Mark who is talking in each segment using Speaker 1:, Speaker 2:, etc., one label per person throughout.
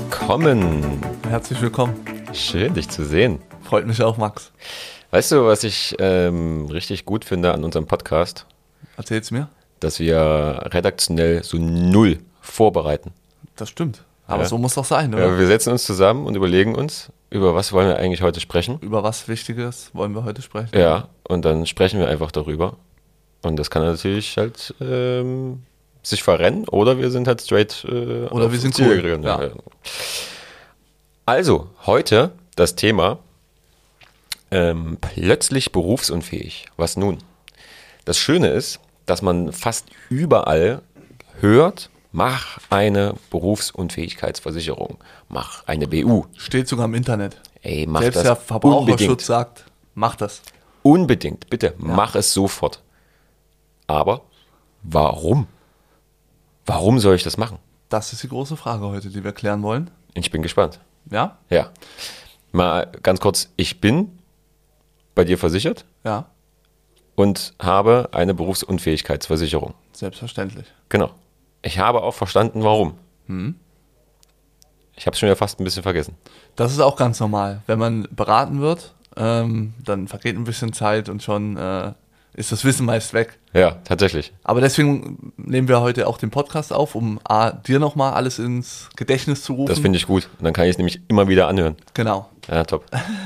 Speaker 1: willkommen.
Speaker 2: Herzlich willkommen.
Speaker 1: Schön, dich zu sehen.
Speaker 2: Freut mich auch, Max.
Speaker 1: Weißt du, was ich ähm, richtig gut finde an unserem Podcast?
Speaker 2: Erzähl's mir.
Speaker 1: Dass wir redaktionell so null vorbereiten.
Speaker 2: Das stimmt. Aber
Speaker 1: Ja.
Speaker 2: so muss doch sein, oder?
Speaker 1: Ja, wir setzen uns zusammen und überlegen uns, über was wollen wir eigentlich heute sprechen.
Speaker 2: Über was Wichtiges wollen wir heute sprechen?
Speaker 1: Ja, und dann sprechen wir einfach darüber. Und das kann natürlich halt ähm, sich verrennen oder wir sind halt straight. Äh,
Speaker 2: Oder
Speaker 1: auf
Speaker 2: wir sind
Speaker 1: Ziel
Speaker 2: cool,
Speaker 1: gegangen.
Speaker 2: ja.
Speaker 1: Also, heute das Thema ähm, plötzlich berufsunfähig. Was nun? Das Schöne ist, dass man fast überall hört, mach eine Berufsunfähigkeitsversicherung, mach eine BU.
Speaker 2: Steht sogar im Internet.
Speaker 1: Ey, mach
Speaker 2: Selbst
Speaker 1: das
Speaker 2: der Verbraucherschutz
Speaker 1: unbedingt.
Speaker 2: sagt, mach das.
Speaker 1: Unbedingt, bitte, mach es sofort. Aber warum? Warum soll ich das machen?
Speaker 2: Das ist die große Frage heute, die wir klären wollen.
Speaker 1: Ich bin gespannt.
Speaker 2: Ja?
Speaker 1: Ja. Mal ganz kurz, ich bin bei dir versichert
Speaker 2: Ja,
Speaker 1: und habe eine Berufsunfähigkeitsversicherung.
Speaker 2: selbstverständlich.
Speaker 1: Genau. Ich habe auch verstanden, warum. Ich habe es schon wieder fast ein bisschen vergessen.
Speaker 2: Das ist auch ganz normal. Wenn man beraten wird, ähm, dann vergeht ein bisschen Zeit und schon äh, ist das Wissen meist weg.
Speaker 1: Ja, tatsächlich.
Speaker 2: Aber deswegen nehmen wir heute auch den Podcast auf, um A, dir nochmal alles ins Gedächtnis zu rufen.
Speaker 1: Das finde ich gut. Und dann kann ich es nämlich immer wieder anhören.
Speaker 2: genau.
Speaker 1: Ja, top.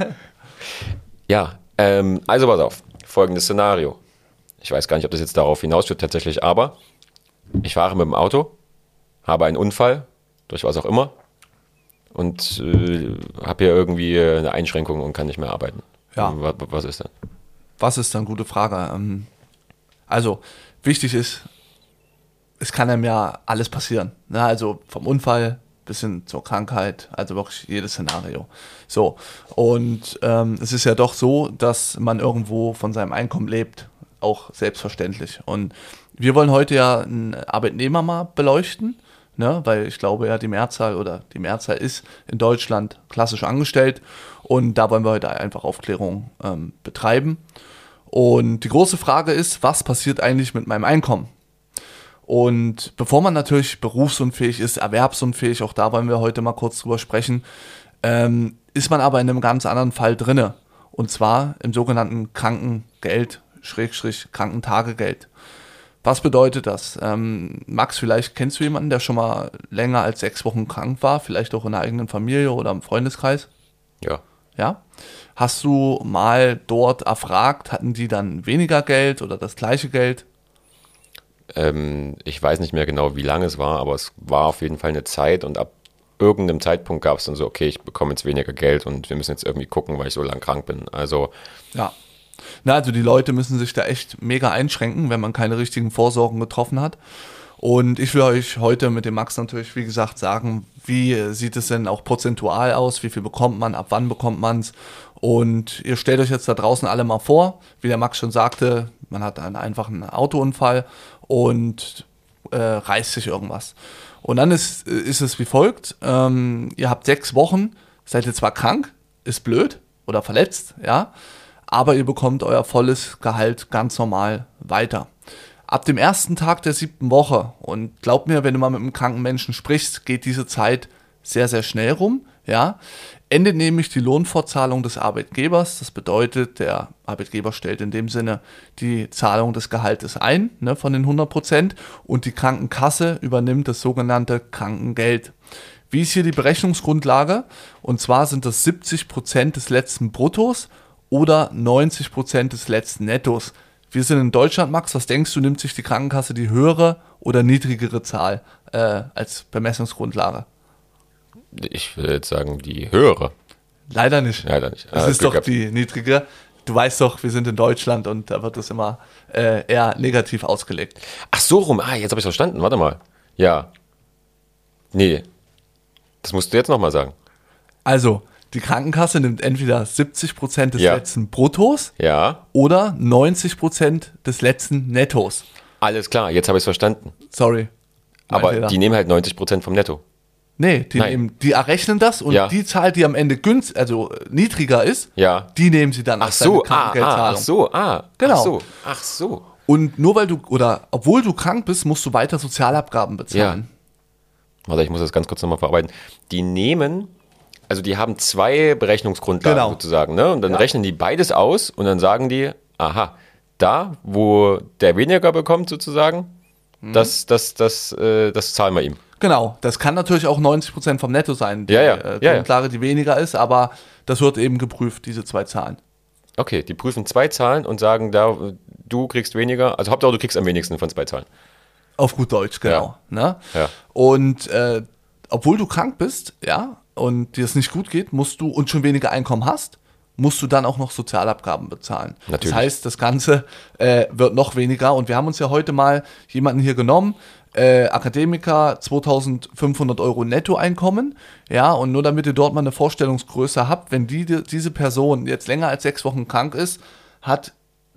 Speaker 1: ja, ähm, also pass auf. Folgendes Szenario. Ich weiß gar nicht, ob das jetzt darauf hinausführt tatsächlich, aber ich fahre mit dem Auto, habe einen Unfall, durch was auch immer, und äh, habe hier irgendwie äh, eine Einschränkung und kann nicht mehr arbeiten.
Speaker 2: Ja.
Speaker 1: Was, was ist denn?
Speaker 2: Was ist dann gute Frage? Ähm, Also, wichtig ist, es kann einem ja alles passieren. Ne? Also vom Unfall bis hin zur Krankheit, also wirklich jedes Szenario. So, und ähm, es ist ja doch so, dass man irgendwo von seinem Einkommen lebt, auch selbstverständlich. Und wir wollen heute ja einen Arbeitnehmer mal beleuchten, ne? weil ich glaube ja, die Mehrzahl oder die Mehrzahl ist in Deutschland klassisch angestellt. Und da wollen wir heute einfach Aufklärung ähm, betreiben. Und die große Frage ist, was passiert eigentlich mit meinem Einkommen? Und bevor man natürlich berufsunfähig ist, erwerbsunfähig, auch da wollen wir heute mal kurz drüber sprechen, ähm, ist man aber in einem ganz anderen Fall drinne. Und zwar im sogenannten Krankengeld, Schrägstrich Krankentagegeld. Was bedeutet das? Ähm, Max, vielleicht kennst du jemanden, der schon mal länger als sechs Wochen krank war, vielleicht auch in der eigenen Familie oder im Freundeskreis?
Speaker 1: Ja.
Speaker 2: Ja. Hast du mal dort erfragt, hatten die dann weniger Geld oder das gleiche Geld?
Speaker 1: Ähm, ich weiß nicht mehr genau, wie lange es war, aber es war auf jeden Fall eine Zeit und ab irgendeinem Zeitpunkt gab es dann so, okay, ich bekomme jetzt weniger Geld und wir müssen jetzt irgendwie gucken, weil ich so lang krank bin. Also
Speaker 2: Ja. Na, also die Leute müssen sich da echt mega einschränken, wenn man keine richtigen Vorsorgen getroffen hat. Und ich will euch heute mit dem Max natürlich, wie gesagt, sagen, wie äh, sieht es denn auch prozentual aus, wie viel bekommt man, ab wann bekommt man es. Und ihr stellt euch jetzt da draußen alle mal vor, wie der Max schon sagte, man hat einen einfachen Autounfall und äh, reißt sich irgendwas. Und dann ist, ist es wie folgt: ähm, Ihr habt sechs Wochen, seid ihr zwar krank, ist blöd oder verletzt, ja, aber ihr bekommt euer volles Gehalt ganz normal weiter. Ab dem ersten Tag der siebten Woche, und glaubt mir, wenn du mal mit einem kranken Menschen sprichst, geht diese Zeit sehr, sehr schnell rum, ja, endet nämlich die Lohnfortzahlung des Arbeitgebers. Das bedeutet, der Arbeitgeber stellt in dem Sinne die Zahlung des Gehaltes ein, ne, von den 100 Prozent, und die Krankenkasse übernimmt das sogenannte Krankengeld. Wie ist hier die Berechnungsgrundlage? Und zwar sind das 70 Prozent des letzten Bruttos oder 90 Prozent des letzten Nettos. Wir sind in Deutschland, Max. Was denkst du, nimmt sich die Krankenkasse die höhere oder niedrigere Zahl äh, als Bemessungsgrundlage?
Speaker 1: ich würde jetzt sagen, die höhere.
Speaker 2: Leider nicht.
Speaker 1: Ja, dann nicht.
Speaker 2: Es
Speaker 1: Ah,
Speaker 2: ist
Speaker 1: Glück
Speaker 2: doch
Speaker 1: gehabt.
Speaker 2: die niedrige. Du weißt doch, wir sind in Deutschland und da wird das immer äh, eher negativ ausgelegt.
Speaker 1: Ach so rum, ah, jetzt habe ich verstanden, warte mal. Ja. Nee. Das musst du jetzt nochmal sagen.
Speaker 2: Also, die Krankenkasse nimmt entweder 70% des
Speaker 1: Ja.
Speaker 2: letzten Bruttos
Speaker 1: Ja.
Speaker 2: oder 90% des letzten Nettos.
Speaker 1: Alles klar, jetzt habe ich es verstanden.
Speaker 2: Sorry. Mein
Speaker 1: Aber
Speaker 2: Fehler.
Speaker 1: die nehmen halt 90% vom Netto.
Speaker 2: Nee, die,
Speaker 1: Nein.
Speaker 2: nehmen, die errechnen das und
Speaker 1: Ja.
Speaker 2: die Zahl, die am Ende günst, also äh, niedriger ist,
Speaker 1: Ja.
Speaker 2: die nehmen sie dann
Speaker 1: Ach so, ah, ah, ach
Speaker 2: Krankengeldzahlung.
Speaker 1: so, ah. Ach
Speaker 2: Genau.
Speaker 1: so, ach so.
Speaker 2: Und nur weil du oder obwohl du krank bist, musst du weiter Sozialabgaben bezahlen.
Speaker 1: warte, ich muss das ganz kurz nochmal verarbeiten, die nehmen, also die haben zwei Berechnungsgrundlagen
Speaker 2: Genau.
Speaker 1: sozusagen, ne? Und dann
Speaker 2: Ja.
Speaker 1: rechnen die beides aus und dann sagen die, aha, da, wo der weniger bekommt sozusagen,
Speaker 2: Mhm.
Speaker 1: das, das, das, äh, das zahlen wir ihm.
Speaker 2: Genau, das kann natürlich auch 90% vom Netto sein, die
Speaker 1: Ja, ja,
Speaker 2: Äh,
Speaker 1: ja, ja.
Speaker 2: Grundlage, die weniger ist, aber das wird eben geprüft, diese zwei Zahlen.
Speaker 1: Okay, die prüfen zwei Zahlen und sagen, da, du kriegst weniger, also Hauptsache du kriegst am wenigsten von zwei Zahlen.
Speaker 2: Auf gut Deutsch, genau. Ne?
Speaker 1: Ja.
Speaker 2: Und äh, obwohl du krank bist, ja, und dir es nicht gut geht, musst du und schon weniger Einkommen hast, musst du dann auch noch Sozialabgaben bezahlen.
Speaker 1: Natürlich.
Speaker 2: Das heißt, das Ganze äh, wird noch weniger. Und wir haben uns ja heute mal jemanden hier genommen, äh, Akademiker, 2500 Euro Nettoeinkommen. Ja, und nur damit ihr dort mal eine Vorstellungsgröße habt, wenn die, diese Person jetzt länger als sechs Wochen krank ist, hat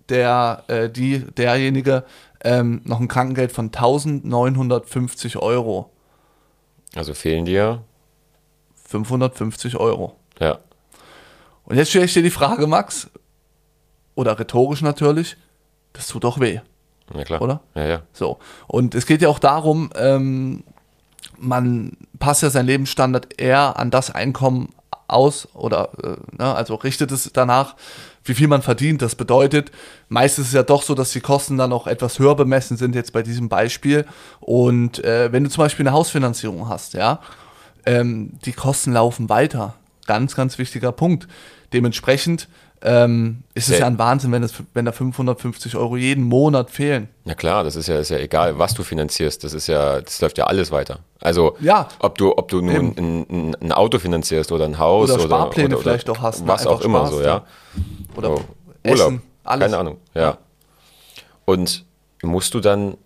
Speaker 2: der, äh, die, derjenige ähm, noch ein Krankengeld von 1950 Euro.
Speaker 1: Also fehlen dir,
Speaker 2: 550 Euro.
Speaker 1: ja,
Speaker 2: Und jetzt stelle ich dir die Frage, Max, oder rhetorisch natürlich, das tut doch weh.
Speaker 1: na klar.
Speaker 2: Oder?
Speaker 1: Ja, ja.
Speaker 2: So. Und es geht ja auch darum, ähm, man passt ja seinen Lebensstandard eher an das Einkommen aus oder äh, ne, also richtet es danach, wie viel man verdient. Das bedeutet, meistens ist es ja doch so, dass die Kosten dann auch etwas höher bemessen sind, jetzt bei diesem Beispiel. Und äh, wenn du zum Beispiel eine Hausfinanzierung hast, ja, ähm, die Kosten laufen weiter. Ganz, ganz wichtiger Punkt. Dementsprechend ähm, ist es
Speaker 1: Sehr-
Speaker 2: ja ein Wahnsinn, wenn, es, wenn da 550 Euro jeden Monat fehlen.
Speaker 1: Na klar, das ist ja, ist ja egal, was du finanzierst. Das ist ja, das läuft ja alles weiter. Also,
Speaker 2: Ja.
Speaker 1: ob du, ob du nun ein, ein, ein Auto finanzierst oder ein Haus
Speaker 2: Oder
Speaker 1: oder
Speaker 2: Sparpläne vielleicht auch hast, ne?
Speaker 1: was auch
Speaker 2: Einfach
Speaker 1: immer
Speaker 2: Spaß,
Speaker 1: so,
Speaker 2: ja.
Speaker 1: ja.
Speaker 2: Oder
Speaker 1: So,
Speaker 2: Essen,
Speaker 1: Urlaub,
Speaker 2: alles.
Speaker 1: keine Ahnung, ja. Und musst du dann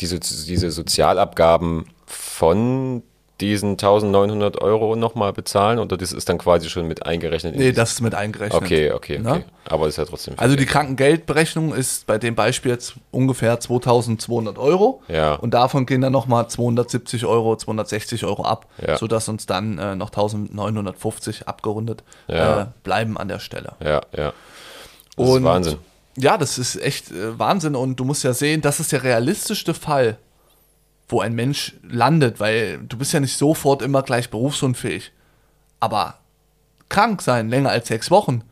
Speaker 1: diese, diese Sozialabgaben von diesen 1900 Euro nochmal bezahlen oder das ist dann quasi schon mit eingerechnet? in
Speaker 2: Nee,
Speaker 1: dieses-
Speaker 2: das ist mit eingerechnet.
Speaker 1: okay, okay,
Speaker 2: Ne?
Speaker 1: okay. Aber ist ja trotzdem.
Speaker 2: Also die Krankengeldberechnung ist bei dem Beispiel jetzt ungefähr 2200 Euro.
Speaker 1: Ja.
Speaker 2: Und davon gehen dann nochmal 270 Euro, 260 Euro ab,
Speaker 1: Ja.
Speaker 2: sodass uns dann äh, noch 1950 abgerundet
Speaker 1: Ja.
Speaker 2: äh, bleiben an der Stelle.
Speaker 1: ja, ja. Das ist Wahnsinn.
Speaker 2: Ja, das ist echt äh, Wahnsinn. Und du musst ja sehen, das ist der realistischste Fall, wo ein Mensch landet, weil du bist ja nicht sofort immer gleich berufsunfähig. Aber krank sein länger als sechs Wochen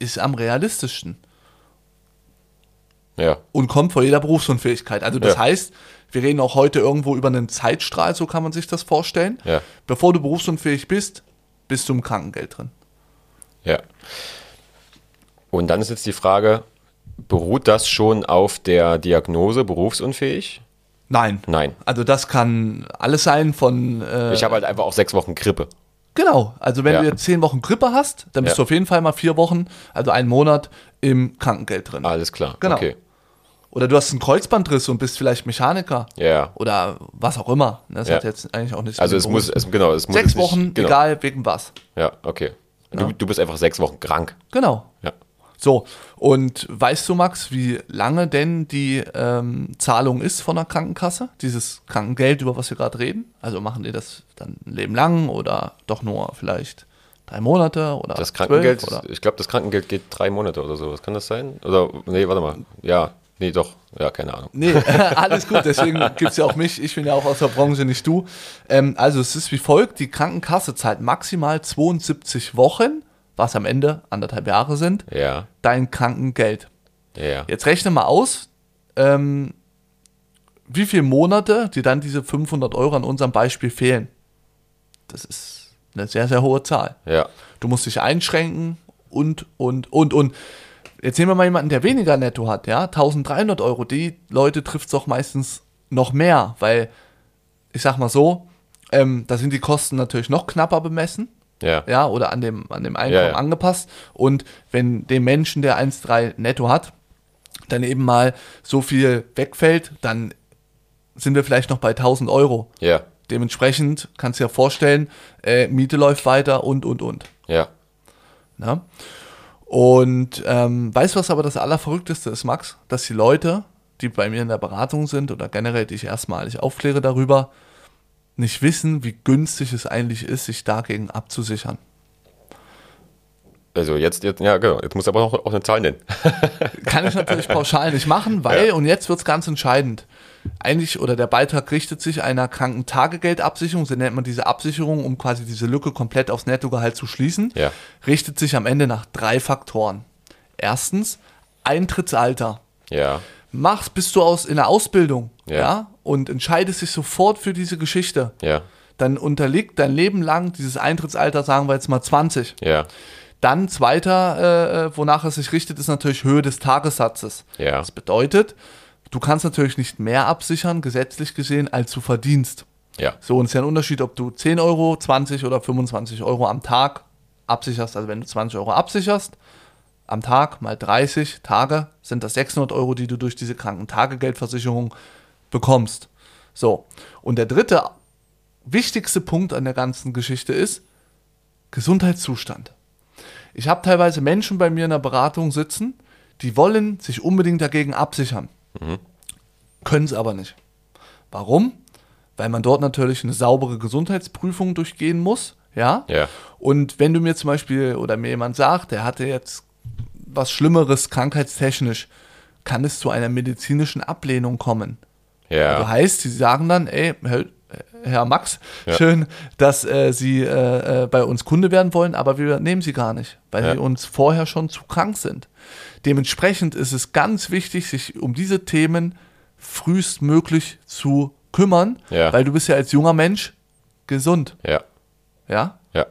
Speaker 2: ist am realistischsten
Speaker 1: Ja,
Speaker 2: und kommt vor jeder Berufsunfähigkeit. Also das
Speaker 1: Ja.
Speaker 2: heißt, wir reden auch heute irgendwo über einen Zeitstrahl, so kann man sich das vorstellen.
Speaker 1: Ja.
Speaker 2: Bevor du berufsunfähig bist, bist du im Krankengeld drin.
Speaker 1: Ja. Und dann ist jetzt die Frage, beruht das schon auf der Diagnose berufsunfähig?
Speaker 2: Nein.
Speaker 1: Nein.
Speaker 2: Also das kann alles sein von... Äh,
Speaker 1: Ich habe halt einfach auch sechs Wochen Grippe.
Speaker 2: Genau, also wenn
Speaker 1: Ja.
Speaker 2: du jetzt zehn Wochen Grippe hast, dann bist
Speaker 1: Ja.
Speaker 2: du auf jeden Fall mal vier Wochen, also einen Monat im Krankengeld drin.
Speaker 1: Alles klar.
Speaker 2: Genau.
Speaker 1: Okay.
Speaker 2: Oder du hast einen Kreuzbandriss und bist vielleicht Mechaniker
Speaker 1: Ja.
Speaker 2: oder was auch immer. Das
Speaker 1: Ja.
Speaker 2: hat jetzt eigentlich auch nichts
Speaker 1: Also
Speaker 2: mit
Speaker 1: es
Speaker 2: dem
Speaker 1: muss,
Speaker 2: Beruf-
Speaker 1: es, genau, es muss
Speaker 2: sechs
Speaker 1: jetzt nicht-
Speaker 2: Wochen,
Speaker 1: genau.
Speaker 2: egal wegen was.
Speaker 1: Ja, okay. Du, du bist einfach sechs Wochen krank.
Speaker 2: Genau.
Speaker 1: Ja.
Speaker 2: So, und weißt du, Max, wie lange denn die ähm, Zahlung ist von der Krankenkasse? Dieses Krankengeld, über was wir gerade reden? Also machen die das dann ein Leben lang oder doch nur vielleicht drei Monate oder
Speaker 1: Das
Speaker 2: zwölf
Speaker 1: Krankengeld,
Speaker 2: oder?
Speaker 1: ich glaube, das Krankengeld geht drei Monate oder sowas. Kann das sein? Oder, nee, warte mal. Ja, nee, doch. Ja, keine Ahnung.
Speaker 2: Nee, alles gut, deswegen gibt's ja auch mich. Ich bin ja auch aus der Branche, nicht du. Ähm, also, es ist wie folgt: Die Krankenkasse zahlt maximal 72 Wochen, was am Ende anderthalb Jahre sind,
Speaker 1: Ja,
Speaker 2: dein Krankengeld.
Speaker 1: ja,
Speaker 2: Jetzt rechne mal aus, ähm, wie viele Monate dir dann diese 500 Euro an unserem Beispiel fehlen. Das ist eine sehr, sehr hohe Zahl.
Speaker 1: ja.
Speaker 2: Du musst dich einschränken und, und, und, und. Jetzt nehmen wir mal jemanden, der weniger netto hat, ja, 1300 Euro. Die Leute trifft es doch meistens noch mehr, weil ich sag mal so, ähm, da sind die Kosten natürlich noch knapper bemessen,
Speaker 1: Ja, ja.
Speaker 2: ja, oder an dem, an dem Einkommen
Speaker 1: Ja, ja.
Speaker 2: angepasst. Und wenn dem Menschen, der 1,3 netto hat, dann eben mal so viel wegfällt, dann sind wir vielleicht noch bei 1000 Euro.
Speaker 1: Ja,
Speaker 2: Dementsprechend kannst du dir vorstellen, äh, Miete läuft weiter und, und, und.
Speaker 1: ja.
Speaker 2: Ne? Und ähm, weißt du, was aber das Allerverrückteste ist, Max? Dass die Leute, die bei mir in der Beratung sind oder generell, die ich erstmalig aufkläre darüber, nicht wissen, wie günstig es eigentlich ist, sich dagegen abzusichern.
Speaker 1: Also jetzt, jetzt, ja, genau. Jetzt muss aber auch, auch eine Zahl nennen.
Speaker 2: Kann ich natürlich pauschal nicht machen, weil, und jetzt wird es ganz entscheidend, eigentlich oder der Beitrag richtet sich einer kranken Tagegeldabsicherung, so nennt man diese Absicherung, um quasi diese Lücke komplett aufs Nettogehalt zu schließen,
Speaker 1: Ja.
Speaker 2: richtet sich am Ende nach drei Faktoren. Erstens Eintrittsalter.
Speaker 1: Ja.
Speaker 2: Machst bist du aus in der Ausbildung,
Speaker 1: Ja.
Speaker 2: ja, und entscheidest dich sofort für diese Geschichte,
Speaker 1: Ja.
Speaker 2: dann unterliegt dein Leben lang dieses Eintrittsalter, sagen wir jetzt mal 20.
Speaker 1: Ja.
Speaker 2: Dann zweiter, äh, äh, wonach es sich richtet, ist natürlich Höhe des Tagessatzes.
Speaker 1: Ja.
Speaker 2: Das bedeutet, du kannst natürlich nicht mehr absichern, gesetzlich gesehen, als du verdienst.
Speaker 1: Ja.
Speaker 2: So, und es ist ja ein Unterschied, ob du 10 Euro, 20 oder 25 Euro am Tag absicherst. Also wenn du 20 Euro absicherst, am Tag mal 30 Tage sind das 600 Euro, die du durch diese Krankentagegeldversicherung bekommst. So, und der dritte wichtigste Punkt an der ganzen Geschichte ist Gesundheitszustand. Ich habe teilweise Menschen bei mir in der Beratung sitzen, die wollen sich unbedingt dagegen absichern, können es aber nicht. Warum? Weil man dort natürlich eine saubere Gesundheitsprüfung durchgehen muss, ja?
Speaker 1: Ja.
Speaker 2: Und wenn du mir zum Beispiel oder mir jemand sagt, der hatte jetzt was Schlimmeres krankheitstechnisch, kann es zu einer medizinischen Ablehnung kommen. Also
Speaker 1: Ja.
Speaker 2: heißt, sie sagen dann, ey, Herr, Herr Max,
Speaker 1: Ja.
Speaker 2: schön, dass äh, Sie äh, äh, bei uns Kunde werden wollen, aber wir nehmen Sie gar nicht, weil
Speaker 1: Ja.
Speaker 2: Sie uns vorher schon zu krank sind. Dementsprechend ist es ganz wichtig, sich um diese Themen frühestmöglich zu kümmern,
Speaker 1: Ja.
Speaker 2: weil du bist ja als junger Mensch gesund,
Speaker 1: Ja.
Speaker 2: ja?
Speaker 1: Ja.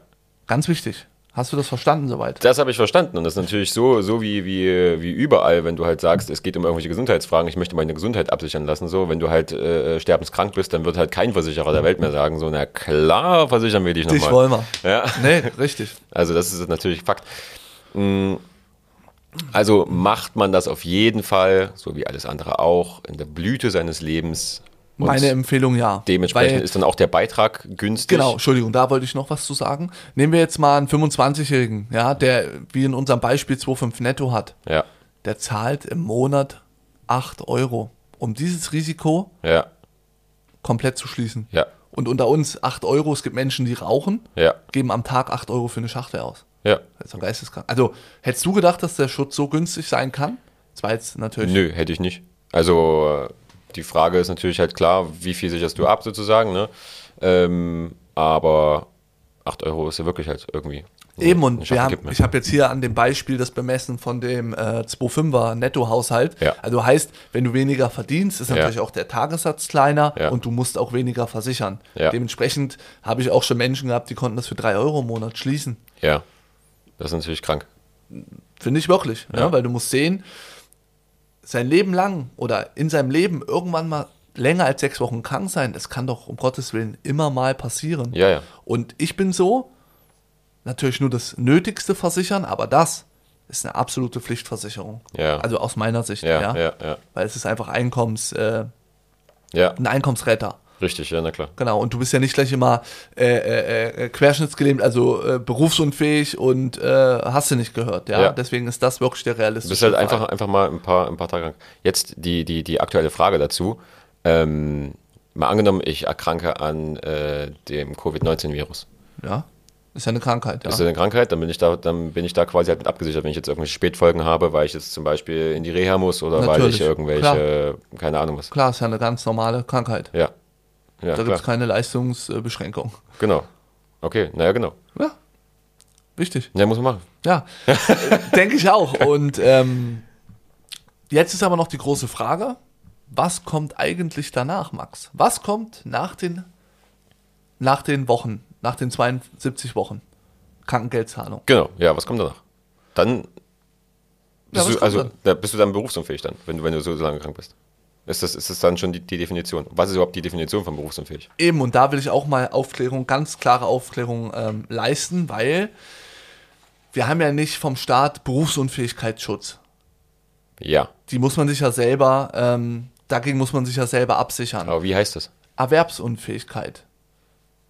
Speaker 2: Ganz wichtig. Hast du das verstanden soweit?
Speaker 1: Das habe ich verstanden. Und das ist natürlich so, so wie, wie, wie überall, wenn du halt sagst, es geht um irgendwelche Gesundheitsfragen, ich möchte meine Gesundheit absichern lassen. So, wenn du halt äh, sterbenskrank bist, dann wird halt kein Versicherer der Welt mehr sagen, so, na klar, versichern wir dich nochmal.
Speaker 2: Dich wollen wir.
Speaker 1: Ja.
Speaker 2: Nee, richtig.
Speaker 1: Also das ist natürlich Fakt. Mm, Also macht man das auf jeden Fall, so wie alles andere auch, in der Blüte seines Lebens. Und
Speaker 2: Meine Empfehlung ja.
Speaker 1: dementsprechend
Speaker 2: Weil-
Speaker 1: ist dann auch der Beitrag günstig.
Speaker 2: Genau, Entschuldigung, da wollte ich noch was zu sagen. Nehmen wir jetzt mal einen 25-Jährigen, ja, der wie in unserem Beispiel 2,5 netto hat.
Speaker 1: Ja,
Speaker 2: Der zahlt im Monat 8 Euro, um dieses Risiko
Speaker 1: ja,
Speaker 2: komplett zu schließen.
Speaker 1: ja,
Speaker 2: Und unter uns 8 Euro, es gibt Menschen, die rauchen,
Speaker 1: ja,
Speaker 2: geben am Tag 8 Euro für eine Schachtel aus.
Speaker 1: ja.
Speaker 2: Das ist doch geisteskrank. Also, hättest du gedacht, dass der Schutz so günstig sein kann? Das war jetzt natürlich.
Speaker 1: Nö, hätte ich nicht. Also äh, die Frage ist natürlich halt klar, wie viel sicherst du ab sozusagen, ne? Ähm, aber 8 Euro ist ja wirklich halt irgendwie.
Speaker 2: Eben,
Speaker 1: Ein
Speaker 2: und
Speaker 1: Schatten
Speaker 2: wir haben,
Speaker 1: gibt mir.
Speaker 2: ich habe jetzt hier an dem Beispiel das bemessen von dem äh, 2,5er Nettohaushalt.
Speaker 1: Ja.
Speaker 2: Also heißt, wenn du weniger verdienst, ist
Speaker 1: Ja.
Speaker 2: natürlich auch der Tagessatz kleiner
Speaker 1: Ja.
Speaker 2: und du musst auch weniger versichern.
Speaker 1: Ja.
Speaker 2: Dementsprechend habe ich auch schon Menschen gehabt, die konnten das für 3 Euro im Monat schließen.
Speaker 1: Ja, das ist natürlich krank.
Speaker 2: Finde ich wirklich,
Speaker 1: Ja.
Speaker 2: ne? weil du musst sehen, sein Leben lang oder in seinem Leben irgendwann mal länger als sechs Wochen krank sein, das kann doch um Gottes Willen immer mal passieren.
Speaker 1: Ja, ja.
Speaker 2: Und ich bin so, natürlich nur das Nötigste versichern, aber das ist eine absolute Pflichtversicherung.
Speaker 1: Ja.
Speaker 2: Also aus meiner Sicht,
Speaker 1: Ja,
Speaker 2: ja.
Speaker 1: ja, ja.
Speaker 2: Weil es ist einfach Einkommens, äh,
Speaker 1: Ja,
Speaker 2: ein Einkommensretter.
Speaker 1: richtig, ja, na klar.
Speaker 2: Genau, und du bist ja nicht gleich immer äh, äh, äh, querschnittsgelähmt, also äh, berufsunfähig und äh, hast du nicht gehört, ja?
Speaker 1: Ja.
Speaker 2: Deswegen ist das wirklich der
Speaker 1: Du
Speaker 2: realistische.
Speaker 1: bist halt
Speaker 2: Fall.
Speaker 1: einfach, einfach mal ein paar, ein paar Tage krank. Jetzt die, die, die aktuelle Frage dazu. Ähm, mal angenommen, ich erkranke an äh, dem Covid-19-Virus.
Speaker 2: Ja. Ist ja eine Krankheit, ja.
Speaker 1: Ist das eine Krankheit, dann bin ich da, dann bin ich da quasi halt mit abgesichert, wenn ich jetzt irgendwelche Spätfolgen habe, weil ich jetzt zum Beispiel in die Reha muss oder weil ich
Speaker 2: Natürlich,
Speaker 1: irgendwelche, keine Ahnung was.
Speaker 2: Klar, ist ja eine ganz normale Krankheit.
Speaker 1: Ja. Ja,
Speaker 2: da gibt
Speaker 1: klar.
Speaker 2: es keine Leistungsbeschränkung.
Speaker 1: Genau. Okay, naja, genau.
Speaker 2: Ja. Wichtig.
Speaker 1: Ja, muss man machen.
Speaker 2: Ja. Denke ich auch. Und ähm, jetzt ist aber noch die große Frage: Was kommt eigentlich danach, Max? Was kommt nach den, nach den Wochen, nach den 72 Wochen? Krankengeldzahlung.
Speaker 1: Genau, ja, was kommt danach? Dann
Speaker 2: Ja,
Speaker 1: bist,
Speaker 2: was
Speaker 1: du,
Speaker 2: kommt
Speaker 1: also,
Speaker 2: dann?
Speaker 1: da bist du dann berufsunfähig dann, wenn du, wenn du so, so lange krank bist. Ist das, ist das dann schon die, die Definition? Was ist überhaupt die Definition von berufsunfähig?
Speaker 2: Eben, und da will ich auch mal Aufklärung, ganz klare Aufklärung ähm, leisten, weil wir haben ja nicht vom Staat Berufsunfähigkeitsschutz.
Speaker 1: Ja.
Speaker 2: Die muss man sich ja selber, ähm, dagegen muss man sich ja selber absichern.
Speaker 1: Aber wie heißt das?
Speaker 2: Erwerbsunfähigkeit.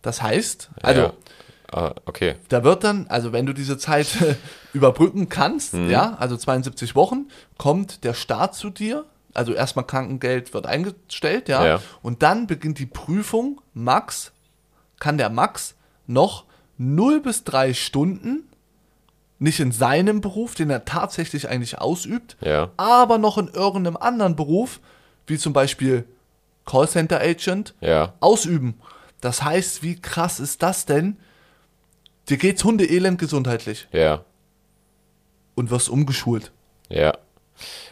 Speaker 2: Das heißt, also
Speaker 1: Ja. Ah, okay.
Speaker 2: da wird dann, also wenn du diese Zeit überbrücken kannst,
Speaker 1: Mhm.
Speaker 2: ja, also 72 Wochen, kommt der Staat zu dir, also erstmal Krankengeld wird eingestellt, ja,
Speaker 1: Ja.
Speaker 2: und dann beginnt die Prüfung, Max, kann der Max noch 0 bis 3 Stunden nicht in seinem Beruf, den er tatsächlich eigentlich ausübt,
Speaker 1: Ja.
Speaker 2: aber noch in irgendeinem anderen Beruf, wie zum Beispiel Callcenter Agent
Speaker 1: Ja.
Speaker 2: ausüben. Das heißt, wie krass ist das denn? Dir geht's hundeelend gesundheitlich
Speaker 1: Ja.
Speaker 2: und wirst umgeschult.
Speaker 1: Ja.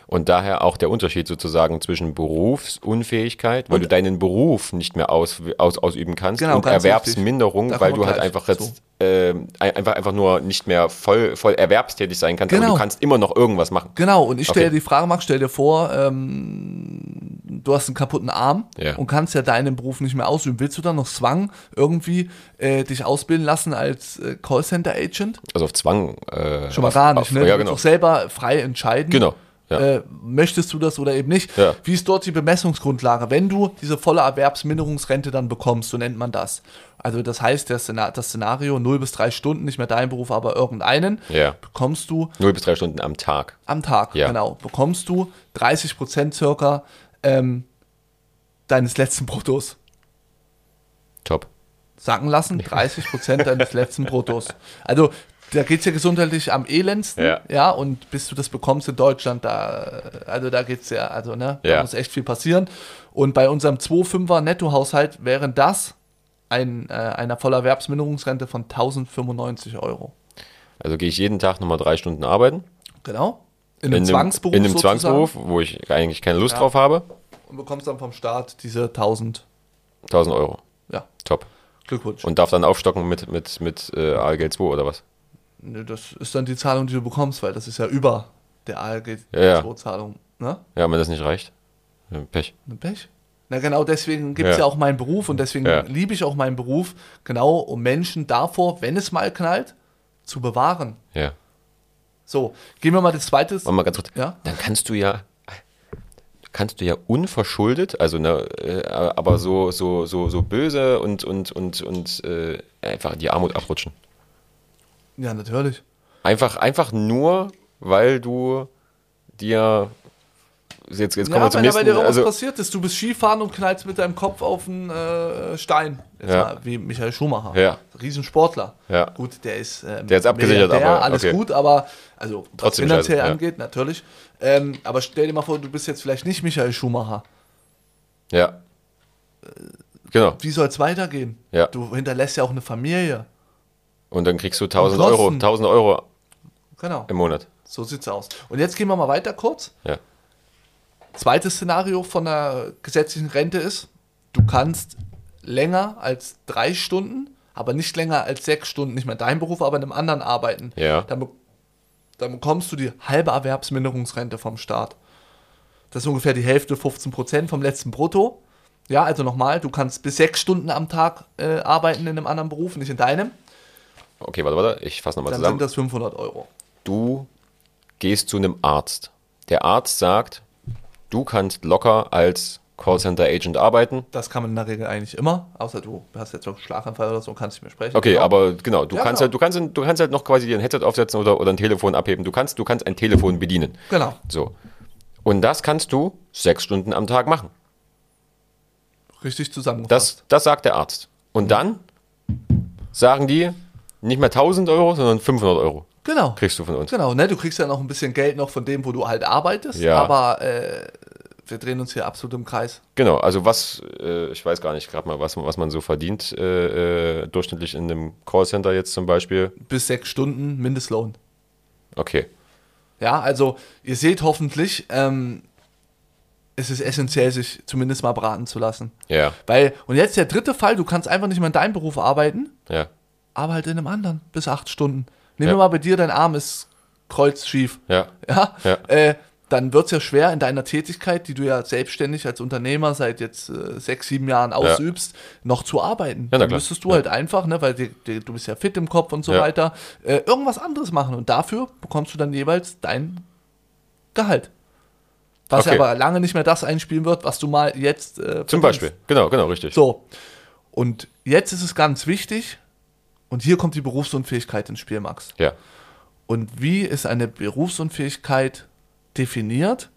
Speaker 1: Und daher auch der Unterschied sozusagen zwischen Berufsunfähigkeit, weil du deinen Beruf nicht mehr aus, aus, ausüben kannst,
Speaker 2: Genau,
Speaker 1: und
Speaker 2: ganz
Speaker 1: Erwerbsminderung,
Speaker 2: wichtig. Da
Speaker 1: weil
Speaker 2: kommen
Speaker 1: du halt
Speaker 2: wir gleich
Speaker 1: einfach jetzt ähm, ein- einfach, einfach nur nicht mehr voll, voll erwerbstätig sein kannst, aber
Speaker 2: Genau.
Speaker 1: du kannst immer noch irgendwas machen.
Speaker 2: Genau, und ich stelle
Speaker 1: Okay.
Speaker 2: dir die Frage, Max, stell dir vor, ähm, du hast einen kaputten Arm
Speaker 1: Ja.
Speaker 2: und kannst ja deinen Beruf nicht mehr ausüben. Willst du dann noch Zwang irgendwie äh, dich ausbilden lassen als äh, Callcenter-Agent?
Speaker 1: Also auf Zwang. Äh,
Speaker 2: Schon mal
Speaker 1: auf,
Speaker 2: gar nicht,
Speaker 1: auf,
Speaker 2: ne?
Speaker 1: Ja,
Speaker 2: Du musst
Speaker 1: genau.
Speaker 2: auch selber frei entscheiden.
Speaker 1: Genau, ja.
Speaker 2: Äh, möchtest du das oder eben nicht?
Speaker 1: Ja.
Speaker 2: Wie ist dort die Bemessungsgrundlage? Wenn du diese volle Erwerbsminderungsrente dann bekommst, so nennt man das. Also das heißt, der Szenar das Szenario 0 bis 3 Stunden, nicht mehr dein Beruf, aber irgendeinen,
Speaker 1: Ja.
Speaker 2: bekommst du
Speaker 1: Null bis drei Stunden am Tag.
Speaker 2: am Tag,
Speaker 1: Ja.
Speaker 2: genau, bekommst du 30 Prozent circa ähm, deines letzten Bruttos.
Speaker 1: Top.
Speaker 2: Sacken lassen, 30 Prozent deines letzten Bruttos. Also da geht es ja gesundheitlich am elendsten,
Speaker 1: Ja.
Speaker 2: ja. und bis du das bekommst in Deutschland, da, äh, also da geht's ja, also ne, da
Speaker 1: Ja.
Speaker 2: muss echt viel passieren. Und bei unserem 2,5er Nettohaushalt wären das ein, äh, einer Vollerwerbsminderungsrente von 1095 Euro.
Speaker 1: Also gehe ich jeden Tag nochmal drei Stunden arbeiten.
Speaker 2: Genau. In einem Zwangsberuf.
Speaker 1: In einem
Speaker 2: sozusagen.
Speaker 1: Zwangsberuf, wo ich eigentlich keine Lust drauf habe.
Speaker 2: Und bekommst dann vom Staat diese 1000,
Speaker 1: 1000 Euro.
Speaker 2: ja,
Speaker 1: Top.
Speaker 2: Glückwunsch.
Speaker 1: Und darf dann aufstocken mit, mit, mit äh, ALG 2 oder was?
Speaker 2: Nö, das ist dann die Zahlung, die du bekommst, weil das ist ja über der ALG
Speaker 1: Ja, ja.
Speaker 2: 2 Zahlung. Ne?
Speaker 1: Ja, wenn das nicht reicht. ja, Pech.
Speaker 2: Ne Pech. Na genau, deswegen gibt es
Speaker 1: Ja.
Speaker 2: ja. auch meinen Beruf und deswegen
Speaker 1: Ja.
Speaker 2: liebe ich auch meinen Beruf, genau um Menschen davor, wenn es mal knallt, zu bewahren.
Speaker 1: Ja.
Speaker 2: So, gehen wir mal das zweite.
Speaker 1: Warte mal ganz kurz.
Speaker 2: Ja?
Speaker 1: Dann kannst du ja kannst du ja unverschuldet, also ne, äh, aber so so so so böse und und und und äh, einfach in die Armut abrutschen.
Speaker 2: Ja, natürlich.
Speaker 1: Einfach einfach nur, weil du dir jetzt jetzt kommen
Speaker 2: ja,
Speaker 1: wir zum
Speaker 2: wenn dabei
Speaker 1: nächsten.
Speaker 2: dir irgendwas
Speaker 1: Also,
Speaker 2: passiert ist, du bist Skifahren und knallst mit deinem Kopf auf einen äh, Stein. Jetzt
Speaker 1: Ja.
Speaker 2: mal wie Michael Schumacher.
Speaker 1: Ja.
Speaker 2: Riesensportler.
Speaker 1: Ja.
Speaker 2: Gut, der ist. ähm,
Speaker 1: Der ist abgesichert,
Speaker 2: Milliardär,
Speaker 1: aber,
Speaker 2: alles
Speaker 1: okay.
Speaker 2: gut, aber also was
Speaker 1: Trotzdem
Speaker 2: finanziell
Speaker 1: scheiße, ja.
Speaker 2: angeht, natürlich. Ähm, aber stell dir mal vor, du bist jetzt vielleicht nicht Michael Schumacher.
Speaker 1: ja. Genau.
Speaker 2: Wie soll es weitergehen?
Speaker 1: Ja.
Speaker 2: Du hinterlässt ja auch eine Familie.
Speaker 1: Und dann kriegst du 1000
Speaker 2: Ansonsten-
Speaker 1: Euro, 1000 Euro
Speaker 2: Genau.
Speaker 1: im Monat.
Speaker 2: So sieht's aus. Und jetzt gehen wir mal weiter kurz.
Speaker 1: Ja.
Speaker 2: Zweites Szenario von der gesetzlichen Rente ist, du kannst länger als drei Stunden, aber nicht länger als sechs Stunden, nicht mehr dein Beruf, aber in einem anderen arbeiten.
Speaker 1: Ja.
Speaker 2: Dann, be dann bekommst du die halbe Erwerbsminderungsrente vom Staat. Das ist ungefähr die Hälfte, 15 Prozent vom letzten Brutto. Ja, also nochmal, du kannst bis sechs Stunden am Tag äh, arbeiten in einem anderen Beruf, nicht in deinem.
Speaker 1: Okay, warte, warte, ich fasse nochmal
Speaker 2: Dann
Speaker 1: zusammen.
Speaker 2: sind das 500 Euro.
Speaker 1: du gehst zu einem Arzt. Der Arzt sagt, du kannst locker als Callcenter Agent arbeiten.
Speaker 2: Das kann man in der Regel eigentlich immer, außer du hast jetzt einen Schlaganfall oder so und kannst nicht mehr sprechen.
Speaker 1: Okay, aber genau, du
Speaker 2: Ja,
Speaker 1: kannst
Speaker 2: genau.
Speaker 1: halt, du kannst, du kannst halt noch quasi dir ein Headset aufsetzen oder, oder ein Telefon abheben. Du kannst, du kannst ein Telefon bedienen.
Speaker 2: Genau.
Speaker 1: So. Und das kannst du sechs Stunden am Tag machen.
Speaker 2: Richtig zusammengefasst.
Speaker 1: Das, das sagt der Arzt. Und dann sagen die, nicht mehr 1000 Euro, sondern 500 Euro
Speaker 2: genau.
Speaker 1: kriegst du von uns.
Speaker 2: Genau, ne? Du kriegst ja noch ein bisschen Geld noch von dem, wo du halt arbeitest.
Speaker 1: Ja.
Speaker 2: Aber äh, wir drehen uns hier absolut im Kreis.
Speaker 1: Genau, also was, äh, ich weiß gar nicht gerade mal, was, was man so verdient, äh, äh, durchschnittlich in einem Callcenter jetzt zum Beispiel.
Speaker 2: Bis sechs Stunden Mindestlohn.
Speaker 1: Okay.
Speaker 2: Ja, also ihr seht hoffentlich, ähm, es ist essentiell, sich zumindest mal beraten zu lassen.
Speaker 1: Ja,
Speaker 2: Weil, und jetzt der dritte Fall, du kannst einfach nicht mehr in deinem Beruf arbeiten,
Speaker 1: ja,
Speaker 2: aber halt in einem anderen. Bis acht Stunden. Nehmen
Speaker 1: Ja.
Speaker 2: wir mal bei dir, dein Arm ist kreuzschief.
Speaker 1: ja,
Speaker 2: ja,
Speaker 1: Ja.
Speaker 2: Äh, dann wird es ja schwer in deiner Tätigkeit, die du ja selbstständig als Unternehmer seit jetzt äh, sechs, sieben Jahren ausübst, noch zu arbeiten.
Speaker 1: na
Speaker 2: dann
Speaker 1: klar.
Speaker 2: müsstest du halt einfach, ne, weil die, die, du bist ja fit im Kopf und so
Speaker 1: Ja.
Speaker 2: weiter, äh, irgendwas anderes machen. Und dafür bekommst du dann jeweils dein Gehalt. Was
Speaker 1: Okay.
Speaker 2: aber lange nicht mehr das einspielen wird, was du mal jetzt. Äh,
Speaker 1: Zum
Speaker 2: verdienst.
Speaker 1: Beispiel. Genau, genau, richtig.
Speaker 2: So. Und jetzt ist es ganz wichtig, und hier kommt die Berufsunfähigkeit ins Spiel, Max.
Speaker 1: Ja,
Speaker 2: Und wie ist eine Berufsunfähigkeit definiert?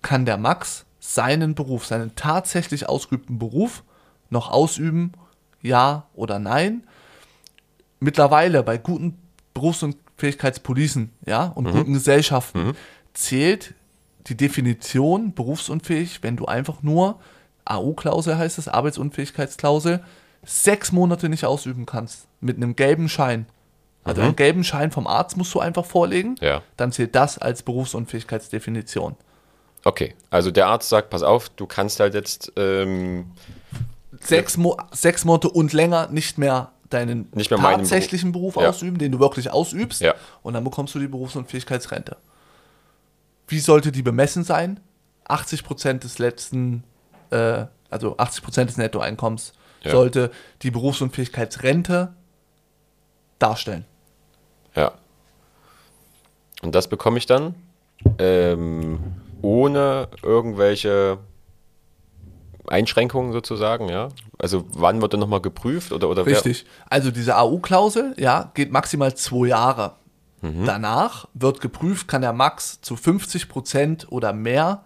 Speaker 2: Kann der Max seinen Beruf, seinen tatsächlich ausgeübten Beruf noch ausüben? Ja oder nein? Mittlerweile bei guten Berufsunfähigkeitspolicen ja, und guten Gesellschaften zählt die Definition berufsunfähig, wenn du einfach nur AU-Klausel heißt es, Arbeitsunfähigkeitsklausel, sechs Monate nicht ausüben kannst. Mit einem gelben Schein. Also einen gelben Schein vom Arzt musst du einfach vorlegen.
Speaker 1: Ja.
Speaker 2: Dann zählt das als Berufsunfähigkeitsdefinition.
Speaker 1: Okay, also der Arzt sagt, pass auf, du kannst halt jetzt ähm,
Speaker 2: Sechs, Mo sechs Monate und länger nicht mehr deinen
Speaker 1: Nicht mehr meinen
Speaker 2: tatsächlichen Beruf,
Speaker 1: Ja.
Speaker 2: ausüben, den du wirklich ausübst.
Speaker 1: Ja.
Speaker 2: Und dann bekommst du die Berufsunfähigkeitsrente. Wie sollte die bemessen sein? 80 Prozent des letzten, äh, also 80 Prozent des Nettoeinkommens
Speaker 1: Ja.
Speaker 2: sollte die Berufsunfähigkeitsrente darstellen.
Speaker 1: Ja. Und das bekomme ich dann ähm, ohne irgendwelche Einschränkungen sozusagen, ja? Also wann wird dann nochmal geprüft oder, oder wer-
Speaker 2: Richtig. Also diese AU-Klausel, ja, geht maximal zwei Jahre.
Speaker 1: Mhm.
Speaker 2: Danach wird geprüft, kann der Max zu 50 Prozent oder mehr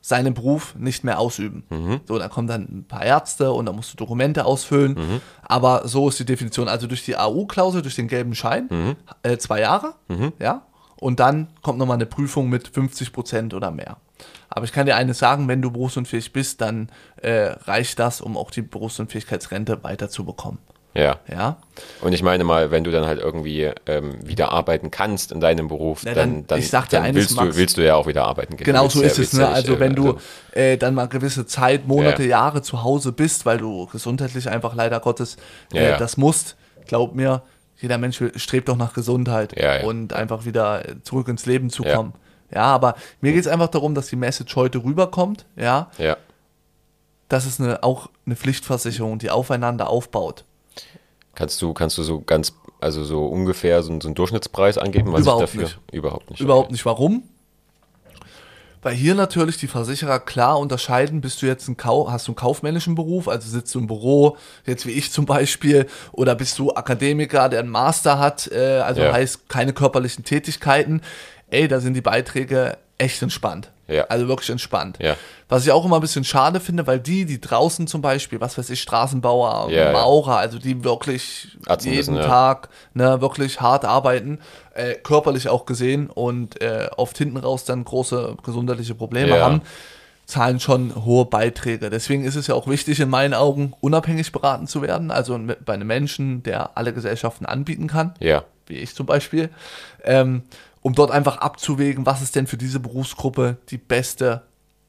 Speaker 2: seinen Beruf nicht mehr ausüben. So, da kommen dann ein paar Ärzte und da musst du Dokumente ausfüllen. Aber so ist die Definition. Also durch die AU-Klausel, durch den gelben Schein, äh, zwei Jahre, ja. Und dann kommt nochmal eine Prüfung mit 50 Prozent oder mehr. Aber ich kann dir eines sagen, wenn du berufsunfähig bist, dann äh, reicht das, um auch die Berufsunfähigkeitsrente weiterzubekommen.
Speaker 1: Ja.
Speaker 2: Ja,
Speaker 1: Und ich meine mal, wenn du dann halt irgendwie ähm, wieder arbeiten kannst in deinem Beruf,
Speaker 2: Na, dann-
Speaker 1: dann, dann,
Speaker 2: ich sag dir
Speaker 1: dann
Speaker 2: eines,
Speaker 1: willst, du,
Speaker 2: Max.
Speaker 1: willst du ja auch wieder arbeiten gehen.
Speaker 2: genau
Speaker 1: Willst
Speaker 2: so
Speaker 1: ja-
Speaker 2: ist es.
Speaker 1: willst
Speaker 2: Ne?
Speaker 1: ja nicht,
Speaker 2: Also
Speaker 1: äh,
Speaker 2: wenn du
Speaker 1: also-
Speaker 2: äh, dann mal gewisse Zeit, Monate,
Speaker 1: Ja.
Speaker 2: Jahre zu Hause bist, weil du gesundheitlich einfach leider Gottes
Speaker 1: Ja,
Speaker 2: äh,
Speaker 1: ja.
Speaker 2: das musst, glaub mir, jeder Mensch will- strebt doch nach Gesundheit
Speaker 1: Ja, ja.
Speaker 2: und einfach wieder äh, zurück ins Leben zu
Speaker 1: Ja.
Speaker 2: kommen. Ja, aber mir geht es einfach darum, dass die Message heute rüberkommt, ja,
Speaker 1: Ja.
Speaker 2: dass es eine, auch eine Pflichtversicherung, die aufeinander aufbaut.
Speaker 1: Kannst du, kannst du so ganz, also so ungefähr so, einen- so einen Durchschnittspreis angeben, was
Speaker 2: Überhaupt
Speaker 1: ich dafür
Speaker 2: nicht.
Speaker 1: überhaupt nicht.
Speaker 2: Überhaupt nicht. Warum? Weil hier natürlich die Versicherer klar unterscheiden, bist du jetzt ein Kau hast du einen kaufmännischen Beruf, also sitzt du im Büro, jetzt wie ich zum Beispiel, oder bist du Akademiker, der einen Master hat, äh, also
Speaker 1: Ja.
Speaker 2: heißt keine körperlichen Tätigkeiten. Ey, da sind die Beiträge echt entspannt.
Speaker 1: Ja.
Speaker 2: Also wirklich entspannt.
Speaker 1: Ja.
Speaker 2: Was ich auch immer ein bisschen schade finde, weil die, die draußen zum Beispiel, was weiß ich, Straßenbauer,
Speaker 1: Ja, ja.
Speaker 2: Maurer, also die wirklich
Speaker 1: Ärzte
Speaker 2: jeden
Speaker 1: müssen, ja.
Speaker 2: Tag Tag, ne, wirklich hart arbeiten, äh, körperlich auch gesehen und äh, oft hinten raus dann große gesundheitliche Probleme
Speaker 1: Ja.
Speaker 2: haben, zahlen schon hohe Beiträge. Deswegen ist es ja auch wichtig, in meinen Augen unabhängig beraten zu werden, also mit- bei einem Menschen, der alle Gesellschaften anbieten kann,
Speaker 1: Ja.
Speaker 2: wie ich zum Beispiel, ähm, um dort einfach abzuwägen, was ist denn für diese Berufsgruppe die beste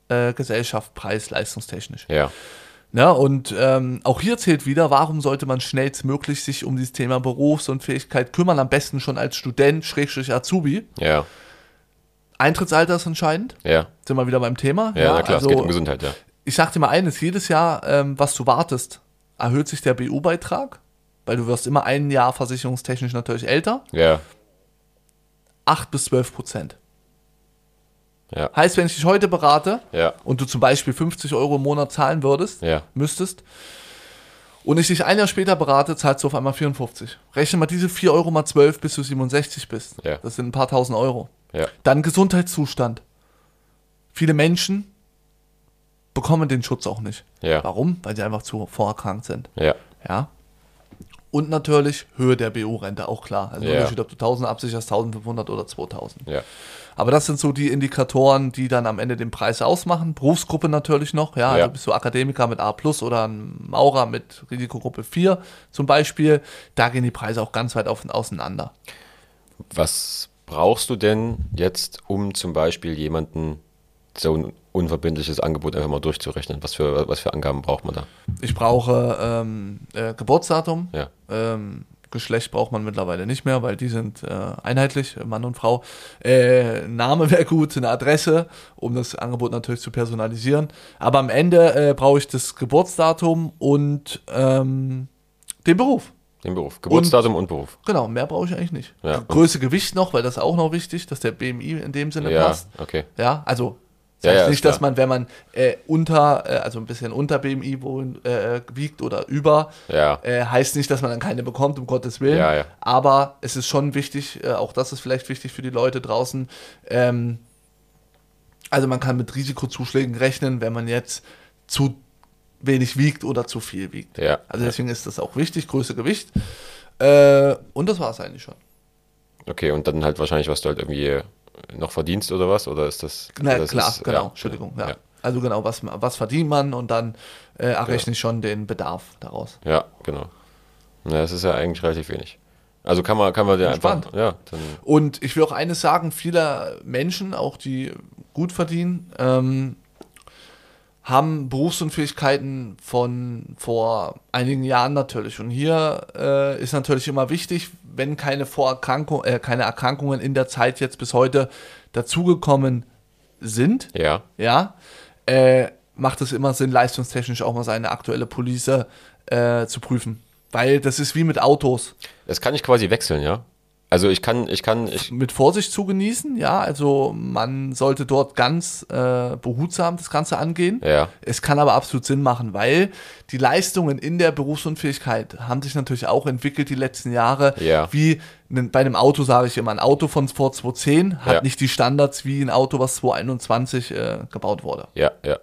Speaker 2: äh, Gesellschaft preis-leistungstechnisch.
Speaker 1: Ja.
Speaker 2: Ja, und ähm, auch hier zählt wieder, warum sollte man schnellstmöglich sich um dieses Thema Berufsunfähigkeit kümmern, am besten schon als Student, Schrägstrich Azubi.
Speaker 1: Ja.
Speaker 2: Eintrittsalter ist entscheidend,
Speaker 1: Ja.
Speaker 2: sind wir wieder beim Thema.
Speaker 1: Ja, na klar,
Speaker 2: also,
Speaker 1: es geht um Gesundheit, ja.
Speaker 2: Ich sag dir mal eines, jedes Jahr, ähm, was du wartest, erhöht sich der BU-Beitrag, weil du wirst immer ein Jahr versicherungstechnisch natürlich älter,
Speaker 1: Ja,
Speaker 2: 8 bis 12 Prozent.
Speaker 1: ja,
Speaker 2: Heißt, wenn ich dich heute berate
Speaker 1: Ja.
Speaker 2: und du zum Beispiel 50 Euro im Monat zahlen würdest,
Speaker 1: Ja.
Speaker 2: müsstest, und ich dich ein Jahr später berate, zahlst du auf einmal 54. Rechne mal diese 4 Euro mal 12, bis du 67 bist.
Speaker 1: Ja.
Speaker 2: Das sind ein paar tausend Euro.
Speaker 1: ja,
Speaker 2: Dann Gesundheitszustand. Viele Menschen bekommen den Schutz auch nicht.
Speaker 1: Ja.
Speaker 2: Warum? Weil sie einfach zu vorerkrankt sind.
Speaker 1: ja,
Speaker 2: Ja. Und natürlich Höhe der BU-Rente, auch klar. Also
Speaker 1: Ja.
Speaker 2: Unterschied, ob du 1000 absicherst, 1500 oder 2000.
Speaker 1: ja,
Speaker 2: Aber das sind so die Indikatoren, die dann am Ende den Preis ausmachen. Berufsgruppe natürlich noch, ja. Also
Speaker 1: Ja.
Speaker 2: bist du Akademiker mit A oder ein Maurer mit Risikogruppe 4 zum Beispiel. Da gehen die Preise auch ganz weit auf, auseinander.
Speaker 1: Was brauchst du denn jetzt, um zum Beispiel jemanden so ein unverbindliches Angebot einfach mal durchzurechnen? Was für, was für Angaben braucht man da?
Speaker 2: Ich brauche ähm, äh, Geburtsdatum.
Speaker 1: Ja,
Speaker 2: Ähm, Geschlecht braucht man mittlerweile nicht mehr, weil die sind äh, einheitlich, Mann und Frau. Äh, Name wäre gut, eine Adresse, um das Angebot natürlich zu personalisieren. Aber am Ende äh, brauche ich das Geburtsdatum und ähm, den Beruf.
Speaker 1: den Beruf. Geburtsdatum und, Beruf.
Speaker 2: Genau, mehr brauche ich eigentlich nicht.
Speaker 1: Ja.
Speaker 2: Größe, Gewicht noch, weil das ist auch noch wichtig, dass der BMI in dem Sinne
Speaker 1: Ja,
Speaker 2: passt.
Speaker 1: okay.
Speaker 2: Ja, also das
Speaker 1: Ja,
Speaker 2: heißt
Speaker 1: ja, ist
Speaker 2: nicht, dass
Speaker 1: klar.
Speaker 2: man, wenn man äh, unter, äh, also ein bisschen unter BMI wohnt, äh, wiegt oder über,
Speaker 1: Ja,
Speaker 2: äh, heißt nicht, dass man dann keine bekommt, um Gottes Willen.
Speaker 1: Ja, ja.
Speaker 2: Aber es ist schon wichtig, äh, auch das ist vielleicht wichtig für die Leute draußen. Ähm, also man kann mit Risikozuschlägen rechnen, wenn man jetzt zu wenig wiegt oder zu viel wiegt.
Speaker 1: Ja.
Speaker 2: Also deswegen ist das auch wichtig, Größe, Gewicht. Äh, und das war es eigentlich schon.
Speaker 1: okay. Und dann halt wahrscheinlich, was du halt irgendwie noch verdienst oder was? Oder ist das.
Speaker 2: Na
Speaker 1: das
Speaker 2: klar,
Speaker 1: ist,
Speaker 2: genau,
Speaker 1: ja.
Speaker 2: Entschuldigung. Ja.
Speaker 1: Ja. Genau.
Speaker 2: Also genau, was, was verdient man und dann äh, errechne ich schon den Bedarf daraus.
Speaker 1: Ja, genau. Ja, das ist ja eigentlich relativ wenig. Also kann man, kann man ja einfach.
Speaker 2: Entspannt.
Speaker 1: Ja, dann,
Speaker 2: Und ich will auch eines sagen, viele Menschen, auch die gut verdienen, ähm, haben Berufsunfähigkeiten von vor einigen Jahren natürlich. Und hier äh, ist natürlich immer wichtig, wenn keine Vorerkrankung, äh, keine Erkrankungen in der Zeit jetzt bis heute dazugekommen sind,
Speaker 1: ja,
Speaker 2: ja, äh, macht es immer Sinn, leistungstechnisch auch mal seine aktuelle Police äh, zu prüfen. Weil das ist wie mit Autos.
Speaker 1: das kann ich quasi wechseln, ja. Also ich kann, ich kann, ich,
Speaker 2: mit Vorsicht zu genießen, ja. Also man sollte dort ganz äh, behutsam das Ganze angehen.
Speaker 1: Ja.
Speaker 2: Es kann aber absolut Sinn machen, weil die Leistungen in der Berufsunfähigkeit haben sich natürlich auch entwickelt die letzten Jahre.
Speaker 1: Ja.
Speaker 2: Wie nen- bei einem Auto sage ich immer, ein Auto von vor 2010 hat
Speaker 1: Ja.
Speaker 2: nicht die Standards wie ein Auto, was 2021 äh, gebaut wurde.
Speaker 1: ja, ja.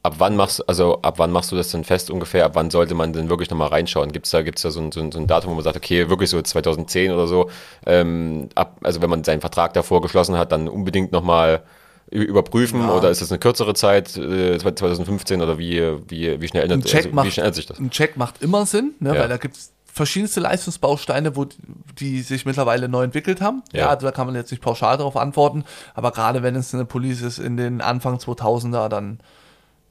Speaker 1: Ab wann machst also ab wann machst du das denn fest ungefähr? Ab wann sollte man denn wirklich nochmal reinschauen? Gibt es da, gibt's da so, ein, so, ein, so ein Datum, wo man sagt, okay, wirklich so 2010 oder so, ähm, ab, also wenn man seinen Vertrag davor geschlossen hat, dann unbedingt nochmal überprüfen oder ist das eine kürzere Zeit, äh, 2015 oder wie, wie, wie schnell ändert,
Speaker 2: ein Check
Speaker 1: also,
Speaker 2: macht,
Speaker 1: wie schnell ändert sich das?
Speaker 2: Ein Check macht immer Sinn, ne,
Speaker 1: Ja.
Speaker 2: weil da gibt es verschiedenste Leistungsbausteine, wo die, die sich mittlerweile neu entwickelt haben. Ja.
Speaker 1: Ja.
Speaker 2: also da kann man jetzt nicht pauschal darauf antworten, aber gerade wenn es eine Police ist in den Anfang 2000er, dann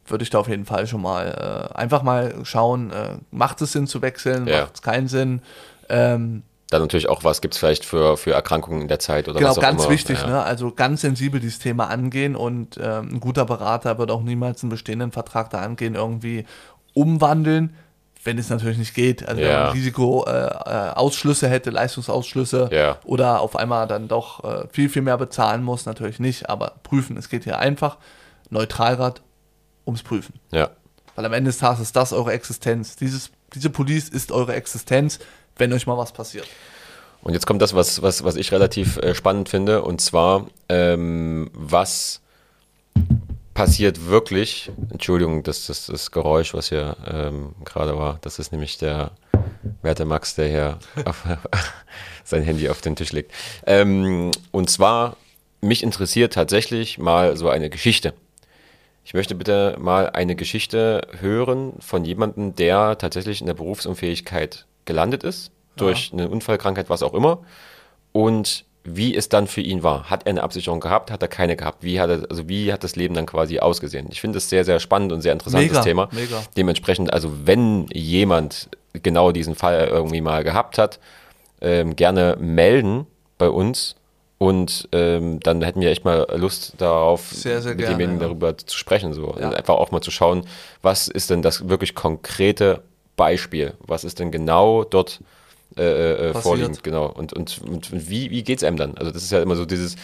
Speaker 2: würde ich da auf jeden Fall schon mal äh, einfach mal schauen, äh, macht es Sinn zu wechseln,
Speaker 1: Ja.
Speaker 2: macht es keinen Sinn. Ähm,
Speaker 1: Dann natürlich auch, was gibt es vielleicht für, für Erkrankungen in der Zeit oder
Speaker 2: genau,
Speaker 1: was auch
Speaker 2: ganz
Speaker 1: immer.
Speaker 2: wichtig,
Speaker 1: ja.
Speaker 2: ne? also ganz sensibel dieses Thema angehen und ähm, ein guter Berater wird auch niemals einen bestehenden Vertrag da angehen, irgendwie umwandeln, wenn es natürlich nicht geht. Also wenn
Speaker 1: Ja.
Speaker 2: man Risikoausschlüsse äh, Ausschlüsse hätte, Leistungsausschlüsse
Speaker 1: Ja.
Speaker 2: oder auf einmal dann doch äh, viel, viel mehr bezahlen muss, natürlich nicht, aber prüfen, es geht hier einfach Neutralrad ums Prüfen.
Speaker 1: Ja,
Speaker 2: Weil am Ende des Tages ist das eure Existenz. Dieses, diese Police ist eure Existenz, wenn euch mal was passiert.
Speaker 1: Und jetzt kommt das, was, was, was ich relativ äh, spannend finde, und zwar, ähm, was passiert wirklich, Entschuldigung, das das, das Geräusch, was hier ähm, gerade war, das ist nämlich der werte Max, der hier auf, sein Handy auf den Tisch legt. Ähm, und zwar, mich interessiert tatsächlich mal so eine Geschichte. Ich möchte bitte mal eine Geschichte hören von jemandem, der tatsächlich in der Berufsunfähigkeit gelandet ist, durch eine Unfallkrankheit, was auch immer, und wie es dann für ihn war. Hat er eine Absicherung gehabt, hat er keine gehabt? Wie hat, er, also wie hat das Leben dann quasi ausgesehen? Ich finde es sehr, sehr spannend und sehr interessantes
Speaker 2: Mega,
Speaker 1: Thema.
Speaker 2: mega.
Speaker 1: Dementsprechend, also wenn jemand genau diesen Fall irgendwie mal gehabt hat, ähm, gerne melden bei uns. Und ähm, dann hätten wir echt mal Lust darauf,
Speaker 2: Sehr, sehr
Speaker 1: mit
Speaker 2: gerne,
Speaker 1: demjenigen
Speaker 2: ja.
Speaker 1: darüber zu sprechen. So.
Speaker 2: Ja.
Speaker 1: Und einfach auch mal zu schauen, was ist denn das wirklich konkrete Beispiel? Was ist denn genau dort äh, äh,
Speaker 2: Passiert.
Speaker 1: vorliegend? Genau. Und, und, und wie, wie geht es einem dann? Also das ist ja immer so dieses,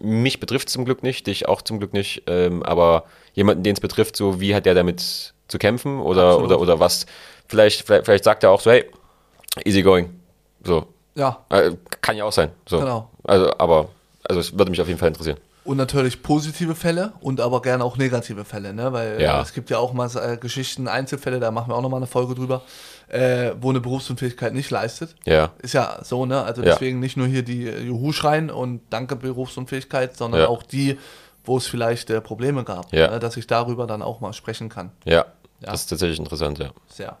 Speaker 1: mich betrifft zum Glück nicht, dich auch zum Glück nicht, ähm, aber jemanden, den es betrifft, so wie hat der damit zu kämpfen oder,
Speaker 2: Absolut.
Speaker 1: oder, oder was? Vielleicht, vielleicht, vielleicht sagt er auch so, hey, easy going. So,
Speaker 2: Ja,
Speaker 1: äh, kann ja auch sein. So.
Speaker 2: Genau.
Speaker 1: Also, aber, also es würde mich auf jeden Fall interessieren.
Speaker 2: Und natürlich positive Fälle und aber gerne auch negative Fälle, ne? Weil
Speaker 1: Ja.
Speaker 2: äh, es gibt ja auch mal äh, Geschichten, Einzelfälle, da machen wir auch nochmal eine Folge drüber, äh, wo eine Berufsunfähigkeit nicht leistet.
Speaker 1: Ja.
Speaker 2: Ist ja so, ne? Also
Speaker 1: Ja.
Speaker 2: deswegen nicht nur hier die äh, Juhu schreien und danke Berufsunfähigkeit, sondern
Speaker 1: Ja.
Speaker 2: auch die, wo es vielleicht äh, Probleme gab.
Speaker 1: Ja.
Speaker 2: Ne? Dass ich darüber dann auch mal sprechen kann.
Speaker 1: Ja.
Speaker 2: Ja.
Speaker 1: Das ist tatsächlich interessant, ja.
Speaker 2: Sehr.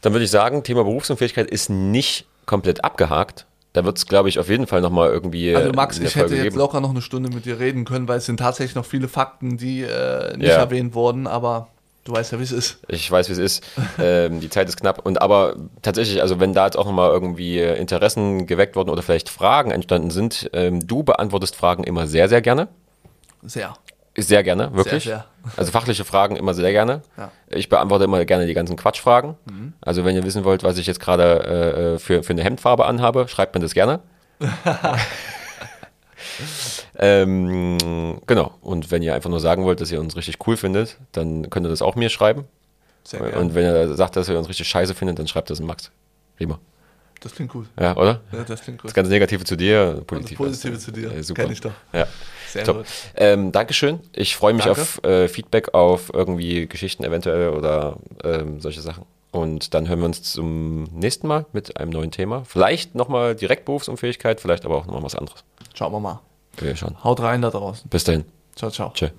Speaker 1: Dann würde ich sagen, Thema Berufsunfähigkeit ist nicht komplett abgehakt. Da wird es, glaube ich, auf jeden Fall nochmal irgendwie. äh,
Speaker 2: Also Max,
Speaker 1: eine
Speaker 2: ich hätte
Speaker 1: Folge
Speaker 2: jetzt
Speaker 1: geben.
Speaker 2: locker noch eine Stunde mit dir reden können, weil es sind tatsächlich noch viele Fakten, die äh, nicht
Speaker 1: Ja.
Speaker 2: erwähnt wurden, aber du weißt ja, wie es ist.
Speaker 1: Ich weiß, wie es ist. ähm, die Zeit ist knapp. Und aber tatsächlich, also wenn da jetzt auch nochmal irgendwie äh, Interessen geweckt wurden oder vielleicht Fragen entstanden sind, ähm, du beantwortest Fragen immer sehr, sehr gerne.
Speaker 2: Sehr.
Speaker 1: Sehr gerne, wirklich.
Speaker 2: sehr.
Speaker 1: Also fachliche Fragen immer sehr gerne.
Speaker 2: Ja. Mhm.
Speaker 1: Ich beantworte immer gerne die ganzen Quatschfragen. Also wenn ihr wissen wollt, was ich jetzt gerade äh, für, für eine Hemdfarbe anhabe, schreibt mir das gerne. ähm, genau. Und wenn ihr einfach nur sagen wollt, dass ihr uns richtig cool findet, dann könnt ihr das auch mir schreiben.
Speaker 2: Sehr gerne.
Speaker 1: Und wenn ihr sagt, dass ihr uns richtig scheiße findet, dann schreibt das in Max. Wie immer.
Speaker 2: das klingt gut.
Speaker 1: Ja, oder?
Speaker 2: Ja, das klingt gut.
Speaker 1: Das ganze Negative zu dir,
Speaker 2: das
Speaker 1: positiv.
Speaker 2: Positive zu dir.
Speaker 1: Äh, super.
Speaker 2: Kenn ich doch.
Speaker 1: Ja.
Speaker 2: Sehr
Speaker 1: Top.
Speaker 2: gut.
Speaker 1: Ähm, Dankeschön. Ich freue mich
Speaker 2: Danke.
Speaker 1: auf äh, Feedback, auf irgendwie Geschichten eventuell oder ähm, solche Sachen. Und dann hören wir uns zum nächsten Mal mit einem neuen Thema. Vielleicht nochmal direkt Berufsunfähigkeit, vielleicht aber auch nochmal was anderes.
Speaker 2: Schauen wir mal.
Speaker 1: Wir schauen.
Speaker 2: Haut rein da draußen.
Speaker 1: Bis dahin.
Speaker 2: Ciao, ciao.
Speaker 1: Tschö.